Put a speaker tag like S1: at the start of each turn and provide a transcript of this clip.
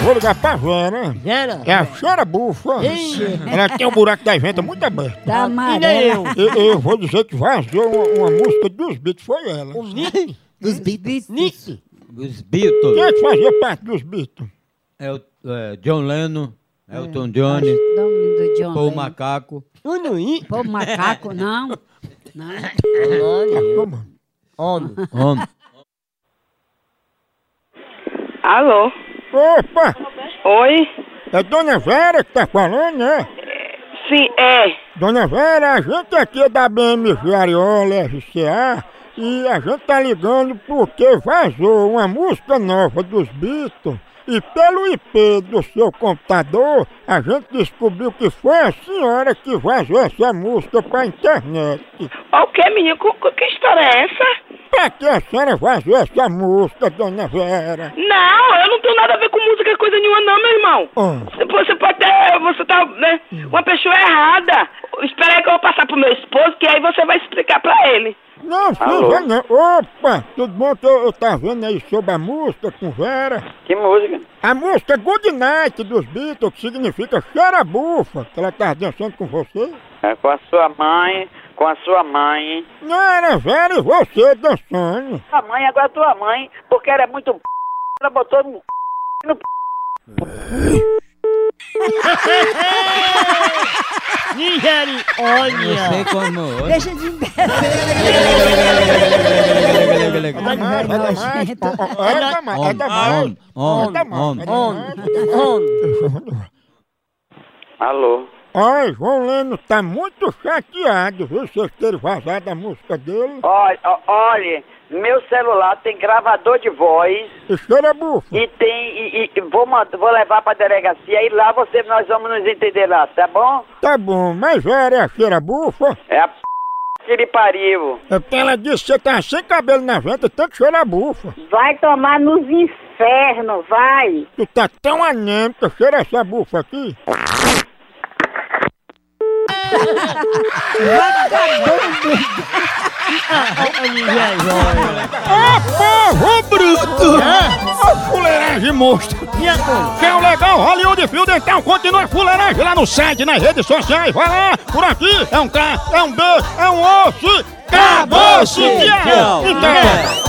S1: vou ligar pra Vera.
S2: Vera.
S1: É a chora bufa.
S2: Ih.
S1: Ela tem um buraco da venta muito aberto.
S3: Tá
S2: Ah, nem
S3: amarelo.
S2: eu.
S1: Eu, eu vou dizer que vazou uma, uma música dos Beatles, foi ela.
S2: O Nick.
S4: Dos Beatles.
S2: Nick.
S5: Os Beatles.
S1: Quem é que fazia parte dos Beatles?
S5: É o é, John Lennon, Elton John,
S3: Nome do John.
S5: Paul
S3: Lennon.
S5: Macaco.
S2: O Nui.
S3: Pô, macaco, não. Não.
S1: Toma.
S2: Homem.
S5: Homem.
S6: Alô?
S1: Opa!
S6: Oi?
S1: É Dona Vera que tá falando, né?
S6: Sim, é.
S1: Dona Vera, a gente aqui é da BMG Ariola RCA e a gente tá ligando porque vazou uma música nova dos Beatles e pelo IP do seu computador a gente descobriu que foi a senhora que vazou essa música pra internet.
S6: O que, menino? Co- co- Que história é essa?
S1: Pra que a senhora vazou essa música, Dona Vera?
S6: Não, eu não tenho nada a ver com música, coisa nenhuma, não, meu irmão.
S1: Ah.
S6: Você pode ter. Você tá. Né, uma pessoa errada. Espera aí que eu vou passar pro meu esposo, que aí você vai explicar pra ele.
S1: Não,
S6: Alô?
S1: filha, não. Opa, tudo bom? Eu, eu tava vendo aí sobre a música com Vera.
S6: Que música?
S1: A música é Good Night dos Beatles, que significa cheira bufa, que ela tava dançando com você.
S7: É, com a sua mãe, com a sua mãe.
S1: Não, era Vera e você dançando.
S7: A mãe, agora tua mãe, porque
S6: é
S7: era muito p... ela botou no p... no p...
S2: Nigeri.
S5: Você é
S2: Olha.
S5: como hoje.
S3: Deixa de imbecil.
S1: É demais, é demais.
S3: nojento.
S1: Ó, ó, É demais, é
S5: Homem,
S1: demais.
S5: homem, homem,
S1: É demais,
S5: homem.
S1: é
S2: Homem.
S1: demais, é demais.
S2: Homem.
S7: Alô?
S1: Ai, João Leno tá muito chateado, viu? Vocês terem vazado a música dele.
S7: Olha, ó, olha, meu celular tem gravador de voz
S1: E cheira bufa.
S7: e tem... E, e- vou, mand- vou levar pra delegacia e lá você, nós vamos nos entender lá, tá bom?
S1: Tá bom, mas Vera é a cheira bufa.
S7: É a p... que lhe pariu.
S1: É porque ela disse que você tá sem cabelo na venta, tanto cheira bufa.
S3: Vai tomar nos infernos, vai.
S1: Tu tá tão anêmica, cheira essa bufa aqui. Ô povo bruto! Ô fuleiragem monstro! Que é o legal Hollywood Field, então continua a fuleiragem lá no site, nas redes sociais, vai lá, por aqui, é um K, é um B, é um osso, acabou-se,
S5: Acabou-se,
S1: tchau!
S5: tchau.
S1: Então,